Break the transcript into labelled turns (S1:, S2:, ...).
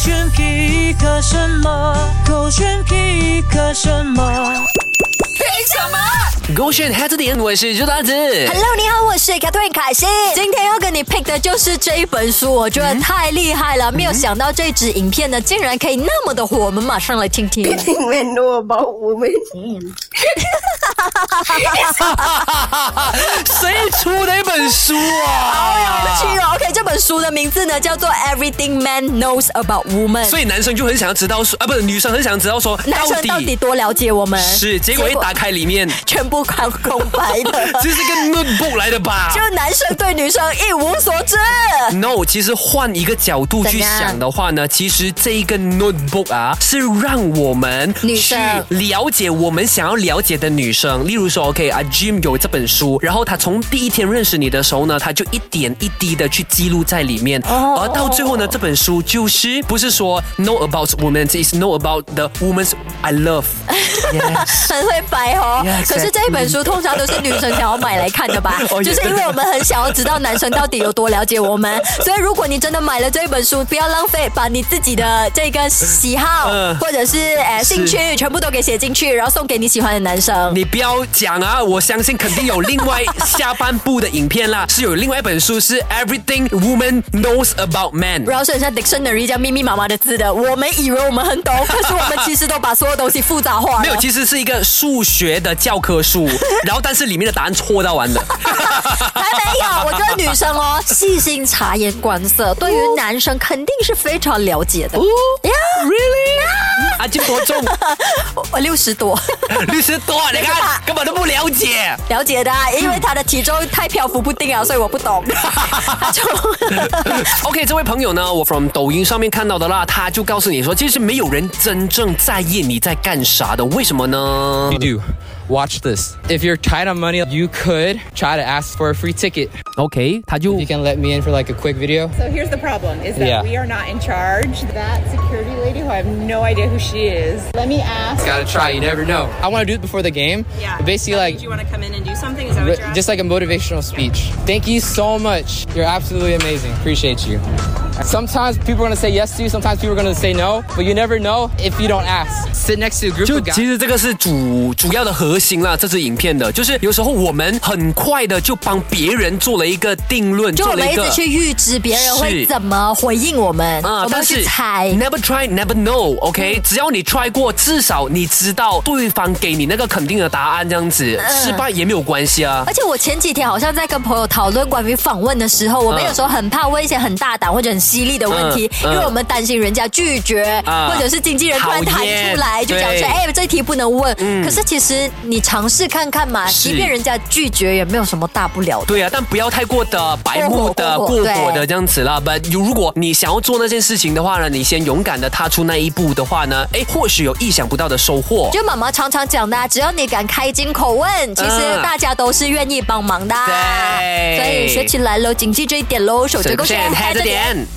S1: 选皮克什么？狗选皮克什么？
S2: 勾选 h a t 点，我是朱大子。
S3: Hello，你好，我是 Catherine 凯西。今天要跟你 pick 的就是这一本书，我觉得太厉害了，没有想到这支影片呢，竟然可以那么的火，我们马上来听听。
S4: Think men know about women. Damn.
S2: 谁出的一本书啊？
S3: 去哦，OK，这本书的名字呢叫做《Everything Man Knows About Woman》，
S2: 所以男生就很想要知道说啊，不是女生很想知道说
S3: 男生到底
S2: 底
S3: 多了解我们？
S2: 是，结果一打开 里面，，
S3: 全部空空白的
S2: 这是个 notebook 来的吧
S3: 就男生对女生一无所知。
S2: ？No，其实换一个角度去
S3: 怎样
S2: 想的话呢，其实这一个 notebook 啊，是让我们
S3: 女生
S2: 去了解我们想要了解的女生。例如说，OK 啊，Jim 有这本书，然后他从第一天认识你的时候呢，他就一点一滴的去记录在里面，
S3: 哦
S2: 而到最后呢，这本书就是不是说 know about women is know about the women I love
S3: 很会掰哦
S2: Yeah, exactly.
S3: 可是这一本书通常都是女生想要买来看的吧
S2: ？哦也
S3: 就是因为我们很想要知道男生到底有多了解我们，所以如果你真的买了这一本书，不要浪费，把你自己的这个喜好、
S2: 嗯
S3: 或者是呃兴趣全部都给写进去，然后送给你喜欢的男生。
S2: 你不要讲啊！我相信肯定有另外下半部的影片啦，是有另外一本书是 Everything Woman Knows About Man。
S3: 然后剩下 dictionary 加密密麻麻的字的，我们以为我们很 懂，可是我们其实都把所有东西复杂化了。
S2: 没有，其实是一个数学的教科书，然后但是里面的答案错到完的。
S3: 还没有，我觉得女生哦，细心察言观色，对
S2: 哦
S3: 于男生肯定是非常了解的。
S2: Really？阿金啊多重？
S3: 我哦六十多，
S2: 律师多啊，你看根本都不了解。
S3: 了解的啊，因为他的体重太漂浮不定啊，所以我不 懂。他就
S2: OK，这位朋友呢，我 from 抖音上面看到的啦，他就告诉你说，其实没有人真正在意你在干啥的，为什么呢？
S5: you do. Watch this. If you're tight on money, you could try to ask for a free ticket.
S2: OK，他就
S5: You can let me in for like a quick video.
S6: So here's the problem is that
S5: Yeah.
S6: we are not in charge. That security lady who I have no idea who she is. Let me ask.
S5: Gotta try. You never know. I want to do it before the game. But Basically, like.
S6: Do you want to come in and do something? Is that what you're asking?
S5: Just like a motivational speech. Thank you so much. You're absolutely amazing. Appreciate you. Sometimes people are gonna say yes to you, sometimes people are gonna say no, but you never know if you don't ask. Sit next to a group
S2: 就
S5: of guys.
S2: 其实这个是主主要的核心啦，这支影片的，就是有时候我们很快的就帮别人做了一个定论，
S3: 就
S2: 做
S3: 我
S2: 了
S3: 们
S2: 一
S3: 一
S2: 个嗯
S3: 直去预知别人会
S2: 是
S3: 怎么回应我们，我们去猜。嗯
S2: never try never know，OK，、只要你 try 过，至少你知道对方给你那个肯定的答案，这样子、
S3: 嗯
S2: 失败也没有关系啊
S3: 而。且我前几天好像在跟朋友讨论关于访问的时候，我们
S2: 嗯
S3: 有时候很怕问一些很大胆或者很犀利的问题，
S2: 嗯嗯
S3: 因为我们担心人家拒绝，
S2: 啊
S3: 或者是经纪人突然弹
S2: 讨厌
S3: 出来就讲
S2: 对嗯
S3: 说，哎，这题不能问。可是其实你尝试看看嘛，
S2: 是
S3: 即便人家拒绝也没有什么大不了的。
S2: 对啊，但不要太过的白目的、
S3: 过
S2: 过
S3: 火过火
S2: 火的
S3: 对
S2: 这样子啦。But 如果你想要做那件事情的话呢，你先勇敢的踏出那一步的话呢，哎，或许有意想不到的收获。
S3: 就妈妈常常讲的啊、只要你敢开金口问，其实
S2: 嗯
S3: 大家都是愿意帮忙的啊、
S2: 对
S3: 所以学起来喽，谨记这一点喽，守着勾选
S2: Solution，嗨着点。